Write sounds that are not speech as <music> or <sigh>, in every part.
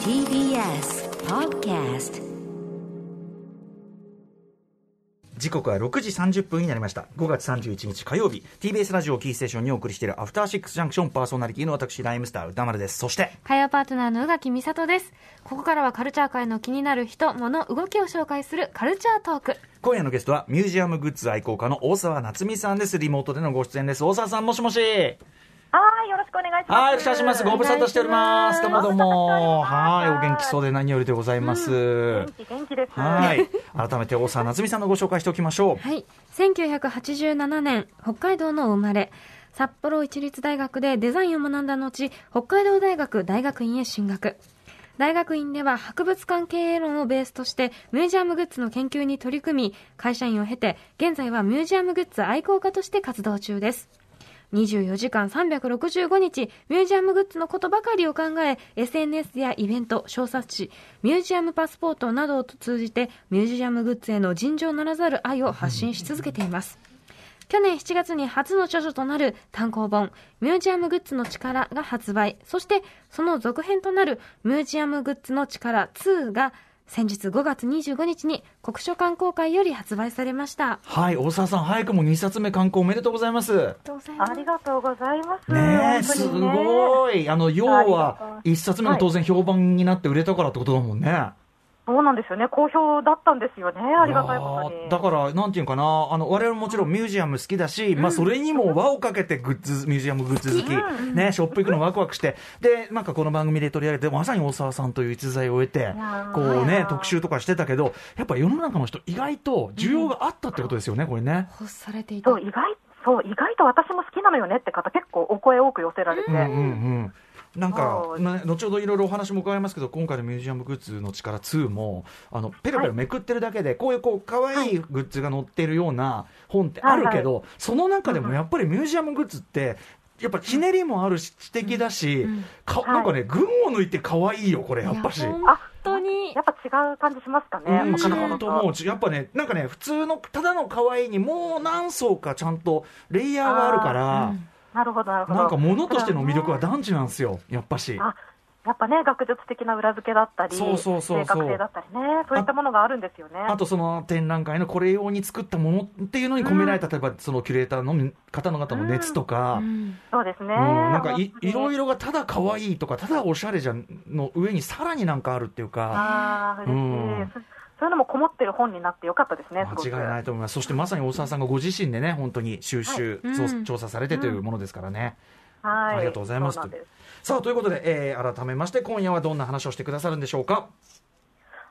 TBS Podcast 時刻は6時30分になりました5月31日火曜日 TBS ラジオキーステーションにお送りしているアフターシックスジャンクションパーソナリティの私ライムスター歌丸ですそして火曜パートナーの宇垣美里です。ここからはカルチャー界の気になる人、物、動きを紹介するカルチャートーク。今夜のゲストはミュージアムグッズ愛好家の大沢夏美さんですリモートでのご出演です大沢さんもしもしはい、よろしくお願いしまはす。い、お願いします。ご無沙汰しております。どうもどうも。はい、お元気そうで何よりでございます。元気、元気です。はい。改めて大沢夏美さんのご紹介しておきましょう。はい。1987年、北海道のお生まれ。札幌一律大学でデザインを学んだ後、北海道大学大学院へ進学。大学院では博物館経営論をベースとしてミュージアムグッズの研究に取り組み、会社員を経て、現在はミュージアムグッズ愛好家として活動中です。24時間365日、ミュージアムグッズのことばかりを考え、SNS やイベント、小冊子、ミュージアムパスポートなどを通じて、ミュージアムグッズへの尋常ならざる愛を発信し続けています。去年7月に初の著書となる単行本、ミュージアムグッズの力が発売、そしてその続編となるミュージアムグッズの力2が先日5月25日に国書館公開より発売されました。あはい、大沢さん、早くも2冊目刊行おめでとうございます。りがとうございありがとうございます。ねえ、す本当にねごい。あの、要は、1冊目が当然評判になって売れたからってことだもんね。そうなんですよね。好評だったんですよね。ありがたいこいとやーに。だから、なんていうのかな、あの、我々ももちろんミュージアム好きだし、まあ、それにも輪をかけてグッズ、ミュージアムグッズ好き、ね、ショップ行くのワクワクして、で、なんかこの番組で取り上げて、まさに大沢さんという逸材を得てや、ーこうね、特集とかしてたけど、やっぱ世の中の人、意外と需要があったってことですよね、これね。欲されていたそう、意外、そう、意外と私も好きなのよねって方、結構お声多く寄せられて。うんうんうん、なんかそ、うね、後ほどいろいろお話も伺いますけど今回のミュージアムグッズの力2もあのペラペラめくってるだけで、こういうこう可愛いグッズが載ってるような本ってあるけど、その中でもやっぱりミュージアムグッズってやっぱひねりもあるし知的だし、うんかはいなんかね群を抜いて可愛いよこれやっぱし。いやうん本当にやっぱ違う感じしますかね。他のも本の当と。もうやっぱねなんかね普通のただの可愛いにもう何層かちゃんとレイヤーがあるから、なるほど、なるほど。なんか物としての魅力は男児なんですよやっぱし。あやっぱね、学術的な裏付けだったり、そうそうそうそう正確性だったりね、そういったものがあるんですよね。あとその展覧会のこれ用に作ったものっていうのに込められた、例えばそのキュレーターの方の方の熱とか、うんんそうですね。なんかい本当にいろいろがただ可愛いとかただおしゃれじゃんの上にさらになんかあるっていうか。ああ、嬉しい、うんそそういうのもこもってる本になってよかったですね、すご間違く。いないと思いますそしてまさに大沢さんがご自身でね本当に収集、はいそううん調査されてというものですからね、はい。ありがとうございますそうなんですさあということで、えー改めまして今夜はどんな話をしてくださるんでしょうか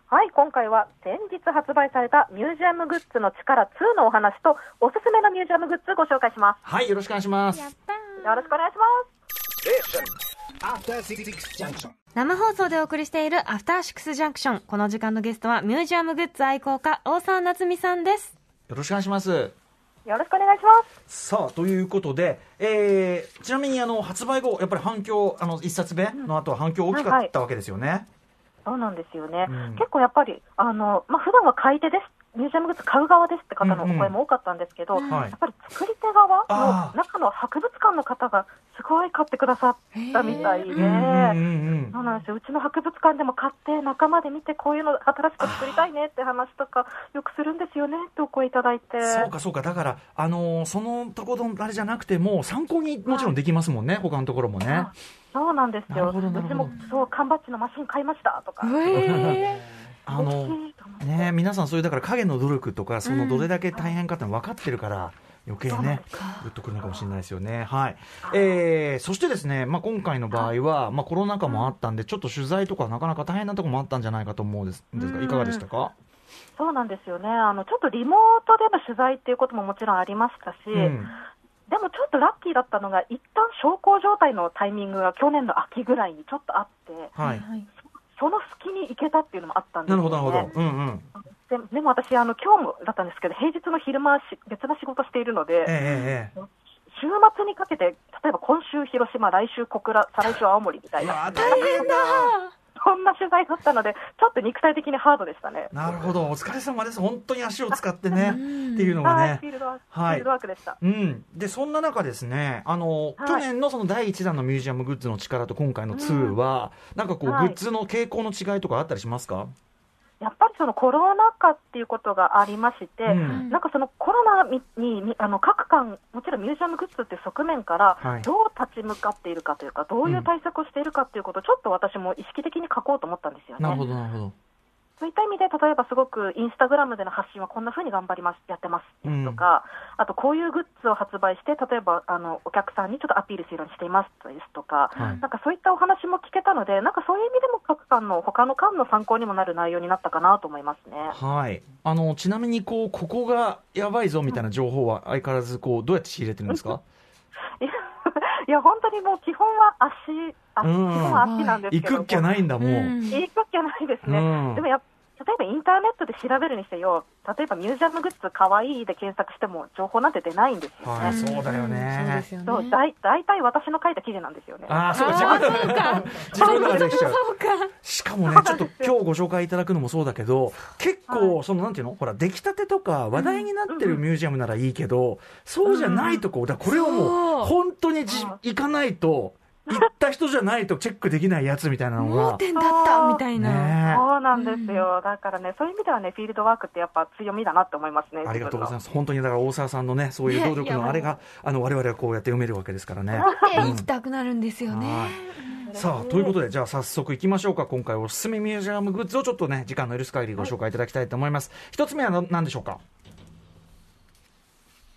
はい、今回は先日発売されたミュージアムグッズの力2のお話と、おすすめのミュージアムグッズご紹介しまはいよろしくお願いしますす。よろしくお願いします。 After Six Junction. 生放送でお送りしているアフターシックスジャンクション。この時間のゲストはミュージアムグッズ愛好家、大沢夏美さんです。よろしくお願いしますよろしくお願いします。さあということで、えーちなみにあの発売後やっぱり反響あの1冊目の後は反響大きかったわけですよね、そうなんですよね。うん結構やっぱり、あの、まあ、普段は買い手です。ミュージアムグッズ買う側ですって方のおうんうん声も多かったんですけど、んはいやっぱり作り手側あのー中の博物館の方がすごい買ってくださったみたいで、へーうんうんうんそうなんですようちの博物館でも買って仲間で見てこういうの新しく作りたいねって話とかよくするんですよねってお声いただいてそうかそうかだから、あのーそのところのあれじゃなくても参考にもちろんできますもんね、他のところもねあそうなんですなよるほどなるうほちどもそう缶バッジのマシン買いましたとか、あの嬉しいと思ってね皆さんそういうだから影の努力とかそのどれだけ大変かっての分かってるから、余計ねグッとくるのかもしれないですよねはい、えー、そしてですね、まあ、今回の場合は、まあ、コロナ禍もあったんでちょっと取材とかなかなか大変なとこもあったんじゃないかと思うんですですがいかがでしたか、そうなんですよねあのちょっとリモートでの取材っていうことももちろんありましたし、うんでもちょっとラッキーだったのが一旦小康状態のタイミングが去年の秋ぐらいにちょっとあってはい、その隙に行けたっていうのもあったんですなよるねほどなるほど、うんうんででも私あの、今日もだったんですけど、平日の昼間はし、別な仕事しているのええで、えええ週末にかけて、例えば今週広島、来週小倉、再来週青森みたいえうな、わー大変だそんな取材だったので、ちょっと肉体的にハードでしたね。なるほど、お疲れ様です。本当に足を使ってね、うんっていうのがはい、ねフィ。ールドワーク、はいフィールドワークでした。うん、でそんな中ですねあの、はい去年のその第1弾のミュージアムグッズの力と今回の2は、なんかこう、はいグッズの傾向の違いとかあったりしますか、やっぱりそのコロナ禍っていうことがありまして、うんなんかそのコロナににあの各館、もちろんミュージアムグッズっていう側面から、はいどう立ち向かっているかというか、どういう対策をしているかっていうことを、ちょっと私も意識的に書こうと思ったんですよなるね。ほどなるほどそういった意味で、例えばすごくインスタグラムでの発信はこんな風に頑張ります、やってますですとか、あとこういうグッズを発売して、例えばあのお客さんにちょっとアピールするようにしていますですとか、はいなんかそういったお話も聞けたので、なんかそういう意味でも各館の他の館の参考にもなる内容になったかなと思いますね。はいあのちなみにこうここがやばいぞみたいな情報は相変わらずこうどうやって仕入れてるんですかいやいや、本当にもう基本は足、足う基ん本は足なんです行けどくっきゃないんだもう、うん行くっきゃないですね。うんでもやっ例えばインターネットで調べるにせよ、例えばミュージアムグッズかわいいで検索しても情報なんて出ないんですよはいね。そうだよねそうですよねそうだい大体私の書いた記事なんですよね。ああそう自あ分ーそうか自分からできちゃうそうかしかもね、ちょっと今日ご紹介いただくのもそうだけど、結構、そのなんていうの、ほら、出来たてとか話題になってるミュージアムならいいけど、そうじゃないとこ、だからこれをも、そうう本当にじ行かないと、行った人じゃないとチェックできないやつみたいなのが。盲点だったみたいな、ねそうなんですよ、だからね、そういう意味ではね、フィールドワークってやっぱ強みだなって思いますね、えありがとうございまます。本当にだから大沢さんのね、そういうね努力いやものうあれが、あの、我々はこうやって読めるわけですからね。で行きたくなるんですよはねい。さあということでじゃあ早速いきましょうか今回おすすめミュージアムグッズをちょっとね時間の許す限りご紹介いただきたいと思います、一つ目はな何でしょうか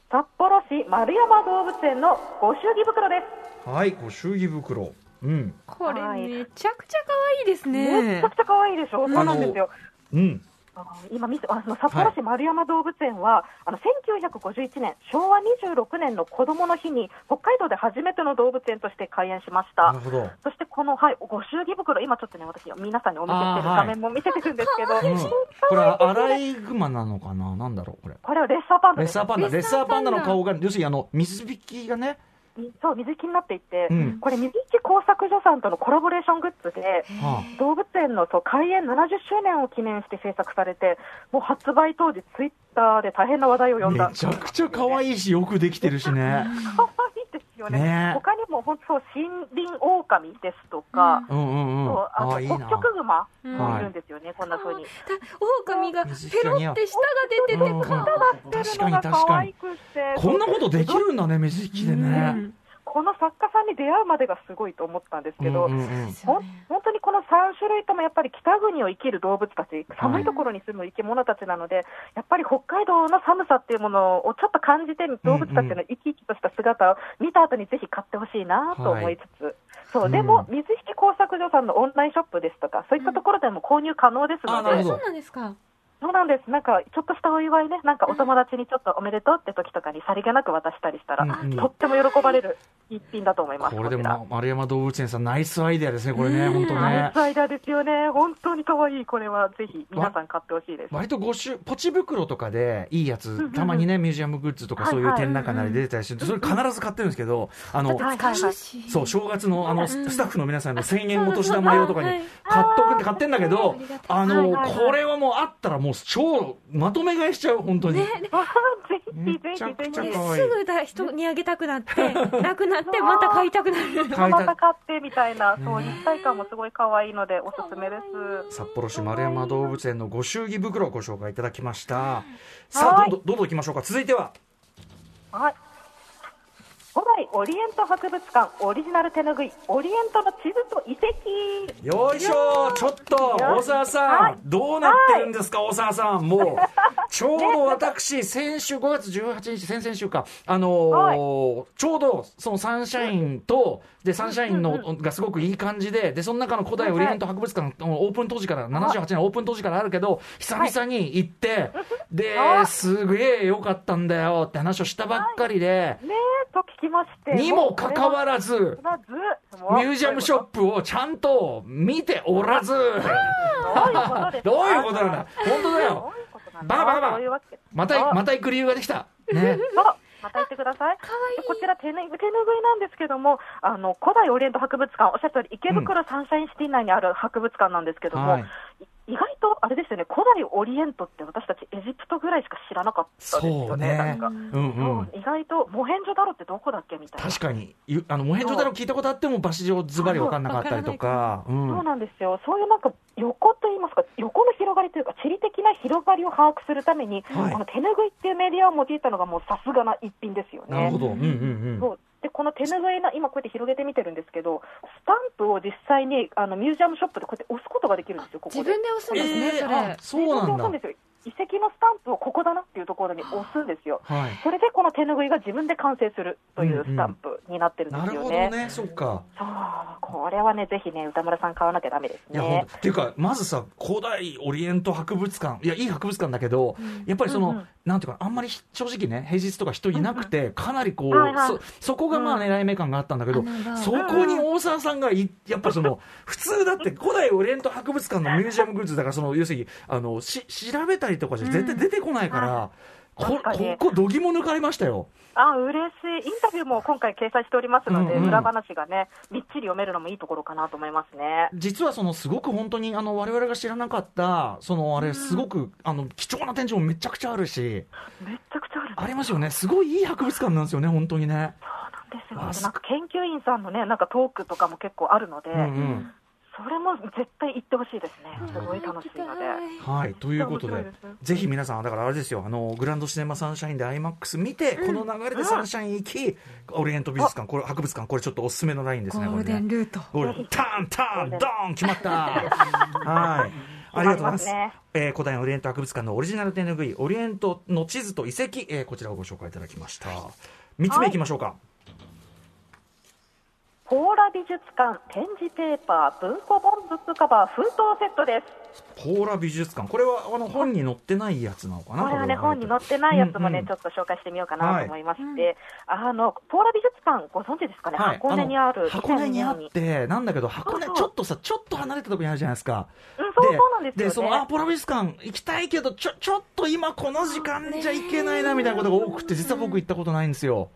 す。札幌市丸山動物園のご祝儀袋です。はいご祝儀袋うんこれはいめちゃくちゃ可愛いですめねちゃくちゃ可愛いでしょ、そうなんですよ。うんあの今見てあの札幌市丸山動物園は、あの1951年、昭和26年の子どもの日に、北海道で初めての動物園として開園しましなたる。ほどそしてこの、はい、ご祝儀袋、今ちょっとね、私、皆さんにお見せしてあーはるい画面も見せてるんですけど、うんこれはアライグマなのかななんだろうこれこれはレッサーパンレダッですサーパンダレレッッササーーパパンンダダの顔が要するにあの水引きがねそう、水着になっていて、うんこれ、水着工作所さんとのコラボレーショングッズで、は動物園のそう開園70周年を記念して制作されて、もう発売当時、ツイッターで大変な話題をあ呼んだ。めちゃくちゃ可愛いしよくできてるし <laughs> ね可愛いですよね。ね他にも本当そう森林狼ですとか、うんうんうんそうあとあいいホなッキョクグマうんもいるんですよね、こんな風に。狼がペロって舌が出ててうんかわいい出確るかのにが確可か愛にくして、こんなことできるんだね水引きでねこの作家さんに出会うまでがすごいと思ったんですけど。うんうんうんほん本当にこの3種類ともやっぱり北国を生きる動物たち、寒いところに住む生き物たちなので、やっぱり北海道の寒さっていうものをちょっと感じて、動物たちの生き生きとした姿を見た後にぜひ買ってほしいなと思いつつ、そうう、んでも、水引工作所さんのオンラインショップですとか、そういったところでも購入可能ですあのなるほで、どそうなんですかそうなんです、なんかちょっとしたお祝いね、なんかお友達にちょっとおめでとうって時とかにさりげなく渡したりしたら、うんうんとっても喜ばれる一品だと思います。これでちらも丸山動物園さんナイスアイデアですねこれねうん本当ナねイスアイデアですよね、本当に可愛い、これはぜひ皆さん買ってほしいです。割とごしゅポチ袋とかでいいやつんたまにねミュージアムグッズとかそういはういはい展覧会なり出てたりしてそれ必ず買ってるんですけどあのはいはいはいそう正月のあのスんスタッフの皆さんの1000円お年玉用とかにはい買っとくって買ってんだけどありがたいあのはいはいはいこれはもうあったらもう超まとめ買いしちゃう本当に。あーぜひぜめひちゃくちぜゃひです可愛いぐだ人にあげたくな <laughs> ってなくなってまた買いたくなる買いまたた買ってみたいな、そうね立体感もすごい可愛いのでおすすめです。札幌市丸山動物園のご祝儀袋をご紹介いただきましたさあどんどんどんどん行きましょうか続いてははい。古代オリエント博物館オリジナル手ぬぐいオリエントの地図と遺跡。よいしょちょっと大沢さはんどうなってるんですか大沢さんもうちょうど私先週5月18日先々週かあのーはいちょうどそのサンシャインとでサンシャインのがすごくいい感じででその中の古代オリエント博物館のオープン当時から78年オープン当時からあるけど久々に行ってあですげえ良かったんだよって話をしたばっかりでねえと聞きまして。にもかかわらずらず、ミュージアムショップをちゃんと見ておらず、 <laughs> プどういうことなんだ、本当だどよ、ういうことなんバだ。カバカバカそういうわけまたあまた行く理由ができた、ね、そうまた行ってください。かわいいこちら手ぬ手ぬぐいなんですけども、あの、古代オリエント博物館、おっしゃった通り、池袋サンシャインシティ内にある博物館なんですけども、はいい意外と、あれですよね、古代オリエントって私たちエジプトぐらいしか知らなかったですそうよね、ねなんか。うんうんそう意外と、モヘンジョダロってどこだっけみたいな。確かにゆあのモヘンジョダロ聞いたことあっても場所上ズバリ分かんなかったりとかうそうんなんですよ、そういうなんか横といいますか、横の広がりというか、地理的な広がりを把握するために、はいこの手ぬぐいっていうメディアを用いたのが、もうさすがな一品ですよね。なるほどうんうんうんそうでこの手拭いの今、こうやって広げてみてるんですけど、スタンプを実際にあのミュージアムショップでこうやって押すことができるんですよ、ここで。自分で押すんですね、えそーれ。あそう自分で押なすんんだですよ、遺跡のスタンプをここだなっていうところに押すんですよ、はいそれでこの手拭いが自分で完成するというスタンプになってるんでなするよほどね。ねそっかそうこれはね、ぜひね、歌村さん、買わなきゃだめですいや、ほんねと。っていうか、まずさ、古代オリエント博物館、いや、いい博物館だけど、やっぱりその、うんうんなんていうかな、あんまり正直ね、平日とか人いなくて、かなりこう、はいはいそ、そこがまあ、狙い目感があったんだけど、穴がそこに大沢さんがい、やっぱりその、普通だって、古代オリエント博物館のミュージアムグッズだから、その、要するに、あの、し、調べたりとかじゃ絶対出てこないから、こ確かにここ、度肝抜かれましたよ。あ嬉しい、インタビューも今回掲載しておりますので、うんうん裏話がね、みっちり読めるのもいいところかなと思いますね。実はそのすごく本当にあの我々が知らなかったそのあれすごくあの貴重な展示もめちゃくちゃあるしめっちゃくちゃあるねありますよね、すごいいい博物館なんですよね、本当にね。ですあよそね、なんか研究員さんのね、なんかトークとかも結構あるので、うんうんそれも絶対行ってほしいですね、すほどごい楽しいので。はい、ということ面で白いですね、ぜひ皆さん、だからあれですよ、あのグランドシネマサンシャインで IMAX 見て、この流れでサンシャイン行き、オリエント美術館、これ博物館、これちょっとおすすめのラインですゴね、こーれルデねン。ルート。ゴールデンターン、ターン、ドーン、決ま <laughs> った。はい。ありがとうございます。決まりますねえー古代オリエント博物館のオリジナル手ぬぐい、オリエントの地図と遺跡、えーこちらをご紹介いただきました。三つ目いきましょうか。ポーラ美術館展示ペーパー文庫本ブックカバー封筒セットです。ポーラ美術館、これはあの本に載ってないやつなのかな。これはね、本に載ってないやつもね、うんうんちょっと紹介してみようかなと思いまして、あの、ポーラ美術館ご存知ですかね、はい箱根にある。の箱根にあうん、って、なんだけど、箱根、そうちそょうっとさ、ちょっと離れたとこにあるじゃないですか。そうそうなんですよ、ね。その、あ、ポラ美術館行きたいけど、ちょ、ちょっと今この時間じゃ行けないな、みたいなことが多くて、実は僕行ったことないんですよ。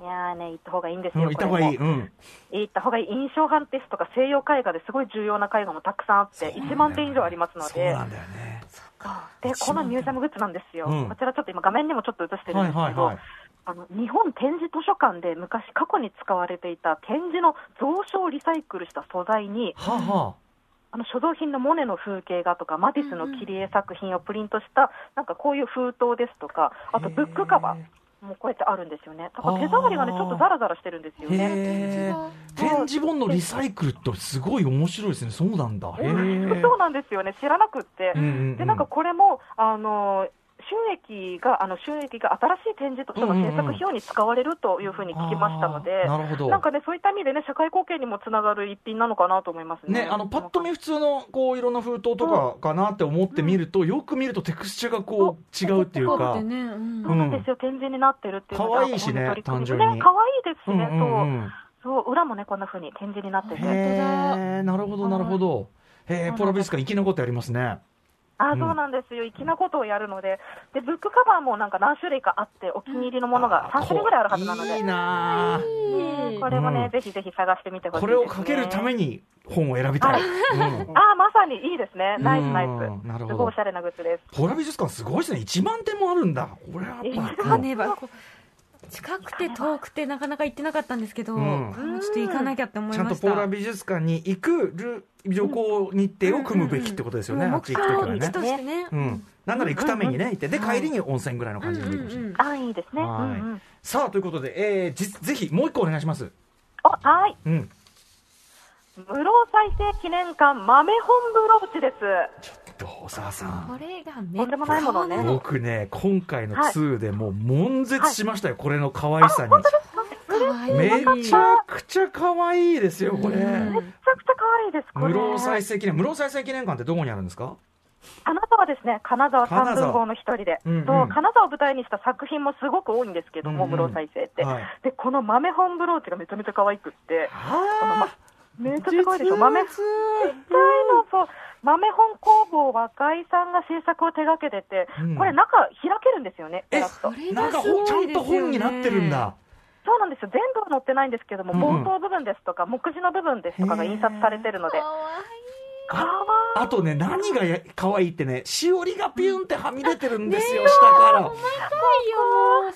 いやーね、行った方がいいんですうん、よ。行った方がいい。こうれもん。行った方がいい。印象派ですとか西洋絵画ですごい重要な絵画もたくさんあって、1万点以上ありますので。そうなんだよね。で、このミュージアムグッズなんですよ、うんこちらちょっと今、画面にもちょっと映してるんですけど、はいはいはいあの日本展示図書館で昔、過去に使われていた展示の蔵書をリサイクルした素材に、はあ、はあの所蔵品のモネの風景画とか、マティスの切り絵作品をプリントした、なんかこういう封筒ですとか、あとブックカバへーもこうやってあるんですよね、だから手触りがね、あーちょっとザラザラしてるんですよあ。ね。へえ展示が展示本のリサイクルってすごい面白いですね。そうなんだ。へえ。 <laughs> そうなんですよね、知らなくって。うんうんうんでなんかこれもあの収益があの収益が新しい展示としての制作費用に使われるというふうに聞きましたので、あーなるほどんかねそういった意味でね社会貢献にもつながる一品なのかなと思いますね。ね、あのパッと見普通のこう色の封筒とかかなって思って見ると、よく見るとテクスチャがこう違うっていうこうかって、ね、うんそうなんですよ、展示になってるっていうのが可愛いしねこの取り組単み純にね可愛いですうしんね、うんうん、そうそう裏もねこんな風に展示になってて、へえ、なるほどなるほど。へえ、ポラビスカ生き残ってありますね。あうーんそうなんですよ、粋なことをやるのででブックカバーもなんか何種類かあってお気に入りのものが3種類ぐらいあるはずなので。いいなあ。ねこれもね、うんぜひぜひ探してみてほしいこです、ね、れをかけるために本を選びたい。うんああ、まさにいいですね。 <laughs> ナイスうんナイなるほどス。すごいおしゃれなグッズです。ポラ美術館すごいですね1万点もあるんだこれはやっぱ行かねばこう近くて遠くてなかなか行ってなかったんですけど、うんこれもちょっと行かなきゃって思いちゃんまとしポた。ラ美術館に行くル旅行日程を組むべきってことですよね、あもうっ目ち行くと標きはのね道としてね。ううんん、なんなら行くためにね行ってで帰りに温泉ぐらいの感じでうでんきましうんああ、いいですね。うんはいうん。さあということで、えー、じぜひもう一個お願いします、お、はい。うん、室老再生記念館豆本ブローチです。大沢さんこれがめとんでもないものをね。う僕ね今回の2でもう悶絶しましたよ、これの可愛さに、可愛いめちゃくちゃ可愛いですよこれ、うんめちゃくちゃ可愛いです。これ。室生再生記念室生再生記念館ってどこにあるんですかあなたはですね、金沢三文豪の一人で、金沢うんうんそう金沢を舞台にした作品もすごく多いんですけども、うんうん室老再生って、はいで、この豆本ブローチがめちゃめちゃ可愛くって、ああめちゃめちゃ可愛いでしょ。豆実物ちっちゃいのそう。豆本工房若井さんが制作を手掛けてて、うんこれ中開けるんですよね。えガラッとれなんかがすほごいですちゃよんねと本になってるんだ。そうなんですよ。全部は載ってないんですけども、うんうん冒頭部分ですとか、目次の部分ですとかが印刷されてるので。かわいい。あとね、何がや可愛いってね、しおりがピュンってはみ出てるんですよ、下から。よ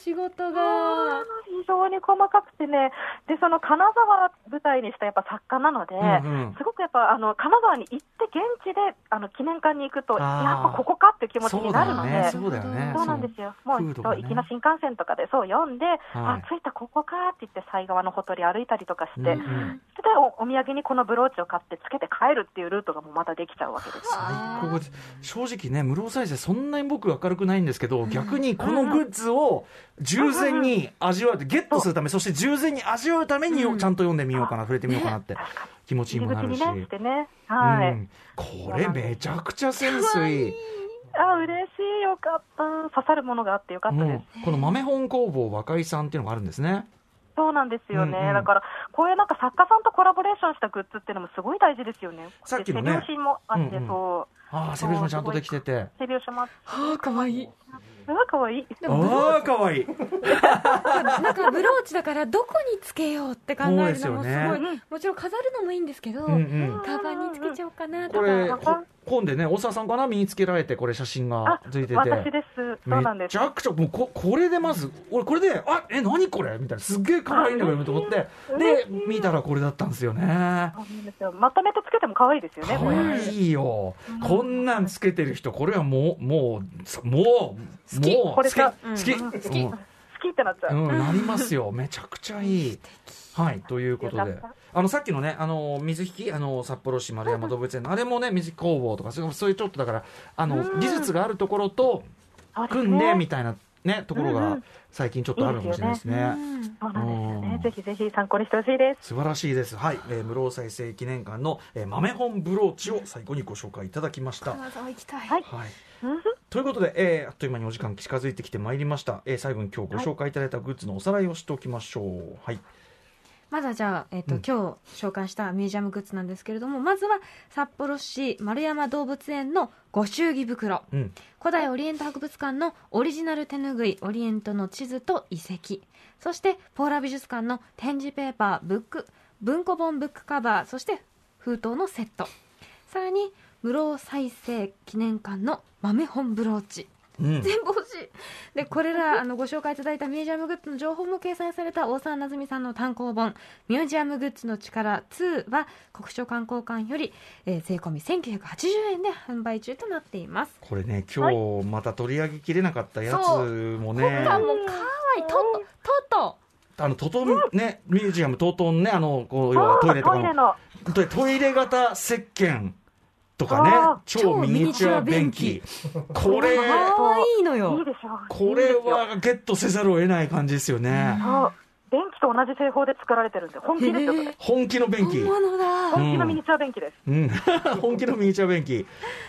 仕事が。非常に細かくてね、で、その金沢舞台にしたやっぱ作家なので、うんうんすごくやっぱあの金沢に行って現地であの記念館に行くあと、ーやっぱここかっていう気持ちそにうだなるのよで、ね、そそううだだよよねね。そうなんですよ。もうフー一ド度がね行きの新幹線とかでそう読んで、あ、着いたここかって言って、西側のほとり歩いたりとかして、うんでうんおお土産にこのブローチを買ってつけて帰るっていうルートがもうまたできちゃうわけです。最高です正直ね、室尾再生、そんなに僕、明るくないんですけど、逆にこのグッズを従前に味わう、ゲットするため、そして従前に味わうために、ちゃんと読んでみようかな、触れてみようかなって気持ちに入もりな口るにし、ね、してね。はい。うんこれ、めちゃくちゃセンスいい。あ、嬉しい。よかった。刺さるものがあってよかったです。もうこの豆本工房若井さんっていうのがあるんですね。そうなんですよね、うんうんだから、こういうなんか作家さんとコラボレーションしたグッズっていうのもすごい大事ですよね。さっきのねで手拍子もあって、うんうんそああ、背拍子もちゃんとできてて。う。手拍子もあって。はあ、かわいい。うわ、かわいい。でも、ああ、かわいい。なんかブローチだから、どこにつけようって考えるのもすそうごでい、すよもちろん飾るのもいいんですけど、うんうん。カバンにつけちゃおうかなとこか。れ、なほんか本でね、大沢さんかな身につけられて、これ写真があついてて。私です。そうなんめですち。ゃくちゃ、もうこ、これでまず、俺これで、あ、え、何これみたいな、すっげえ可愛いんだけど、と思って。で、見たらこれだったんですよね。そうなんですよまとめてつけても可愛いですよね、可これ。愛いよ。こんなんつけてる人、これはもう、もう、もう、きもう、これ好かき、好き、好き。好きってなっちゃう。うん、なりますよ、めちゃくちゃいい。はい、ということよでかった、あのさっきのね、あの水引き、あの札幌市丸山動物園の、あれもね、水引き工房とか、そういうそういうちょっとだから、あの技術があるところとそうすね組んでみたいなね、ところうんうが最近ちょっとあるかもしれないですね。そうなんですようねん。ぜひぜひ参考にしてほしいです。素晴らしいです。はい、えー、室生再生記念館の、えー豆本ブローチを最後にご紹介いただきました。金沢行きたい。はいはい。うんということで、えーあっという間にお時間近づいてきてまいりました。えー最後に今日ご紹介いただいたグッズのおさらいをしておきましょう。はい。まずはじゃあ、えっとうん今日紹介したミュージアムグッズなんですけれどもまずは札祝市丸山動物園のご祝儀袋うん。古代オリエント博物館のオリジナル手ぬぐいオリエントの地図と遺跡そしてポーラ美術館の展示ペーパーブック文庫本ブックカバーそして封筒のセットさらに室生再生記念館の豆本ブローチうん。全部欲しいでこれらあのご紹介いただいたミュージアムグッズの情報も掲載された大沢なずみさんの単行本「ミュージアムグッズの力2」は国書観光館より、えー税込み1980円で販売中となっていますこれね今日また取り上げきれなかったやつもね、あもうかわいいとっととっあのトトンねミュージアムトトンねあのこう要あはートイレとかトイレのの。トイレ型石鹸とあかーね超ミニチュア便器これとかわいいのいいよでしょう。これいいですよ。はゲットせざるを得ない感じですよね、そう。電気と同じ製法で作られてるんで、本気ですよ、そへれ。本気の便器本物だ本気のミニチュア便器です。うん <laughs> 本気のミニチュア便器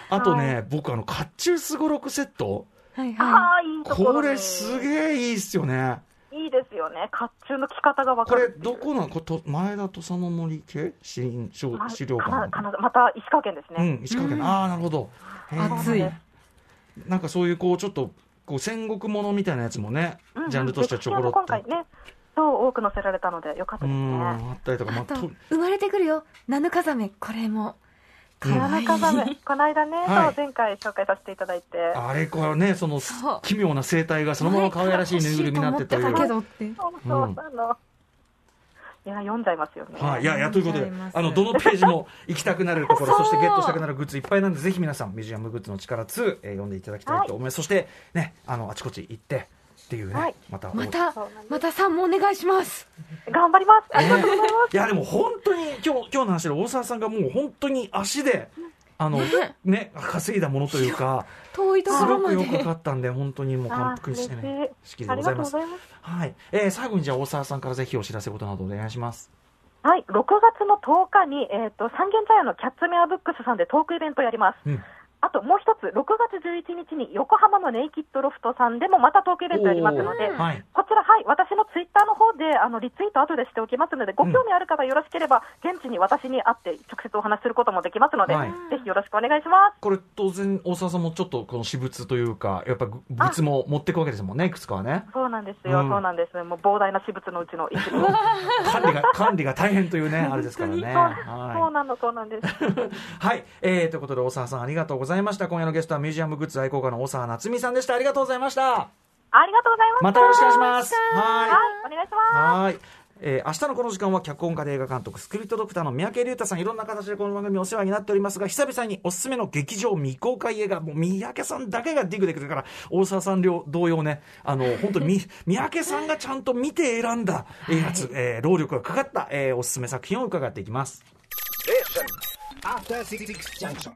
あとね、僕あの甲冑すごろくセットはいはああ、いいところこにれすげえいいっすよねいいですよね。甲冑の着方がわこかれる。どこなのこれと前田土佐の森系新書あ資料かな館かなまた石川県ですうね。ん石川県、ああなるほどへー熱いなんかそういうこうちょっとこう戦国ものみたいなやつもね、うんうんジャンルとしてはちょころっ歴史とも今回ね、そう、多く載せられたので、よかったうですんね。あったりとか、まいああとと生まれてくるよナヌカザメこれもかうん田わいい中ザメ、この間ね、はいそう前回紹介させていただいて、あれこれねそのそう奇妙な生態がそのまま可愛らしいぬいぐるみになってとい前うから欲しいと思ってたけどってそうそうあの、いや、読んじゃいますよね。はい、いやいやということありでがとうございま、すあのどのページも行きたくなるところ、そそうしてゲットしたくなるグッズいっぱいなんで、ぜひ皆さんミュージアムグッズの力2、えー読んでいただきたいと思います。そしてね、あのあちこち行ってっていうね、はいまたまたまた3もお願いします頑張ります。ありがとうございまいやでも本当に今日今日の話で大沢さんがもう本当に足であのね稼いだものというか遠いとすころごまくでよくかったんで本当にもうす。感服してあー嬉ねし式いであごりざがいとまうごすざいます。はい、えー最後にじゃあ大沢さんからぜひお知らせことなどお願いしますはい、6月の10日に、えっ、と、三軒茶屋のキャッツメアブックスさんでトークイベントやります。うんあともう一つ、6月11日に横浜のネイキッドロフトさんでもまた東京レンズやりますので、おーはいこちら、はい、私のツイッターの方であのリツイート後でしておきますので、ご興味ある方よろしければ、現地に私に会って直接お話しすることもできますので、はいぜひよろしくお願いします。これ当然大沢さんもちょっとこの私物というかやっぱぐあ物も持っていくわけですもんねいくつかはねそうなんですよ、うんそうなんです。もう膨大な私物のうちの一部。管理が管理が大変というねあれですからねそうはなの、そうなんです。い、 <laughs> はいえー、ということで大沢さんありがとうございました今夜のゲストはミュージアムグッズ愛好家の大沢夏美さんでしたありがとうございましたありがとうございました。またよろしくお願いしますははいい、お願いします。はい。えー明日のこの時間は脚本家で映画監督スクリプトドクターの三宅隆太さんいろんな形でこの番組お世話になっておりますが久々におすすめの劇場未公開映画もう三宅さんだけがディグでくるから大沢さん両同様ねあの本当にみ三宅さんがちゃんと見て選んだえーやつ、えー労力がかかった、えーおすすめ作品を伺っていきます。 Station. After Six Junction.